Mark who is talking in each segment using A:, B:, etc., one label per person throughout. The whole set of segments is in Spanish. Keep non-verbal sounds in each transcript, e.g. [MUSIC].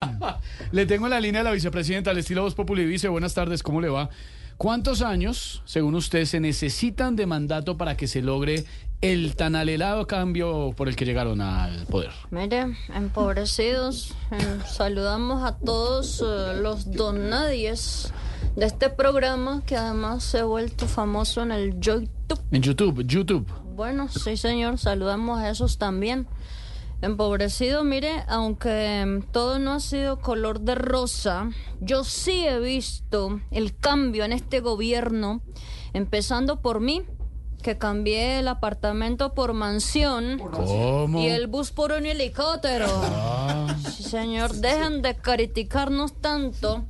A: [LAUGHS] Le tengo en la línea a la vicepresidenta, al estilo Voz Populi Vice. Buenas tardes, ¿cómo le va? ¿Cuántos años, según usted, se necesitan de mandato para que se logre el tan alelado cambio por el que llegaron al poder?
B: Mire, empobrecidos, em, saludamos a todos eh, los donadies de este programa que además se ha vuelto famoso en el YouTube.
A: En YouTube, YouTube.
B: Bueno, sí señor, saludamos a esos también. Empobrecido, mire, aunque em, todo no ha sido color de rosa, yo sí he visto el cambio en este gobierno, empezando por mí, que cambié el apartamento por mansión.
A: ¿Cómo? Ah,
B: Y el bus por un helicóptero.
A: [LAUGHS]
B: Sí, señor, dejen de criticarnos tanto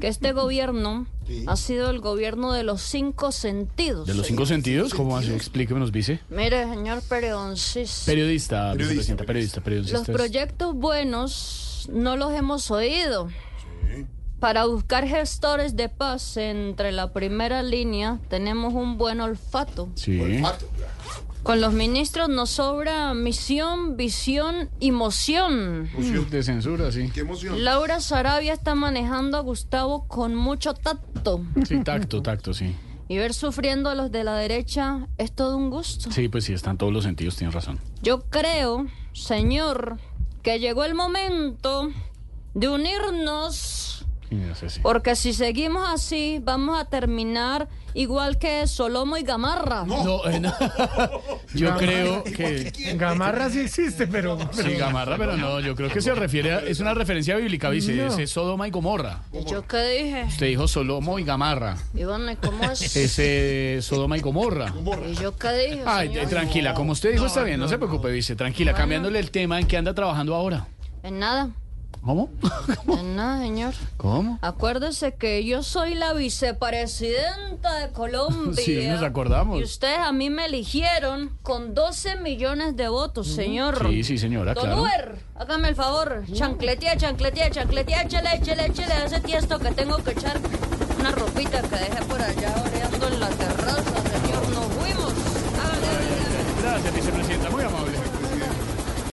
B: que este gobierno ha sido el gobierno de los cinco sentidos.
A: ¿De los cinco sentidos? ¿Cómo así? Explíquenos, vice.
B: Mire, señor Pereoncis,
A: Periodista, vicepresidenta, periodista, periodista.
B: los proyectos buenos no los hemos oído.
C: ¿Eh?
B: Para buscar gestores de paz entre la primera línea tenemos un buen olfato.
A: Sí.
B: Con los ministros nos sobra misión, visión y moción.
A: Mm, De censura, sí.
C: Qué emoción.
B: Laura Sarabia está manejando a Gustavo con mucho tacto.
A: Sí, tacto, tacto, sí.
B: Y ver sufriendo a los de la derecha es todo un gusto.
A: Sí, pues sí, están todos los sentidos, tienes razón.
B: Yo creo, señor, que llegó el momento de unirnos.
A: Sí, no sé, sí.
B: Porque si seguimos así, vamos a terminar igual que Solomo y Gamarra.
A: No, eh, no. Yo creo que...
D: Gamarra sí existe, pero. pero-
A: Sí, Gamarra, pero no, yo creo que se refiere, a- es una referencia bíblica, dice,
D: No.
A: es Sodoma y Gomorra.
B: ¿Y yo qué dije?
A: Usted dijo Solomo y Gamarra,
B: Y bueno, ¿y cómo es?
A: [LAUGHS] es eh, Sodoma y Gomorra.
B: ¿Y yo qué dije,
A: Ay, eh,
B: señor?
A: tranquila, como usted dijo está bien, no se preocupe, dice, tranquila, cambiándole el tema, ¿en qué anda trabajando ahora?
B: En nada,
A: ¿Cómo? [LAUGHS]
B: en nada, señor.
A: ¿Cómo?
B: Acuérdese que yo soy la vicepresidenta de
A: [LAUGHS]
B: Colombia.
A: Sí, nos acordamos.
B: Y ustedes a mí me eligieron con 12 millones de votos, señor.
A: Sí, sí, señora,
B: Don
A: claro.
B: Uber, hágame el favor. Chancletea, chancletea, chancletea, échale, échale, échale a ese tiesto que tengo que echar una ropita que dejé por allá.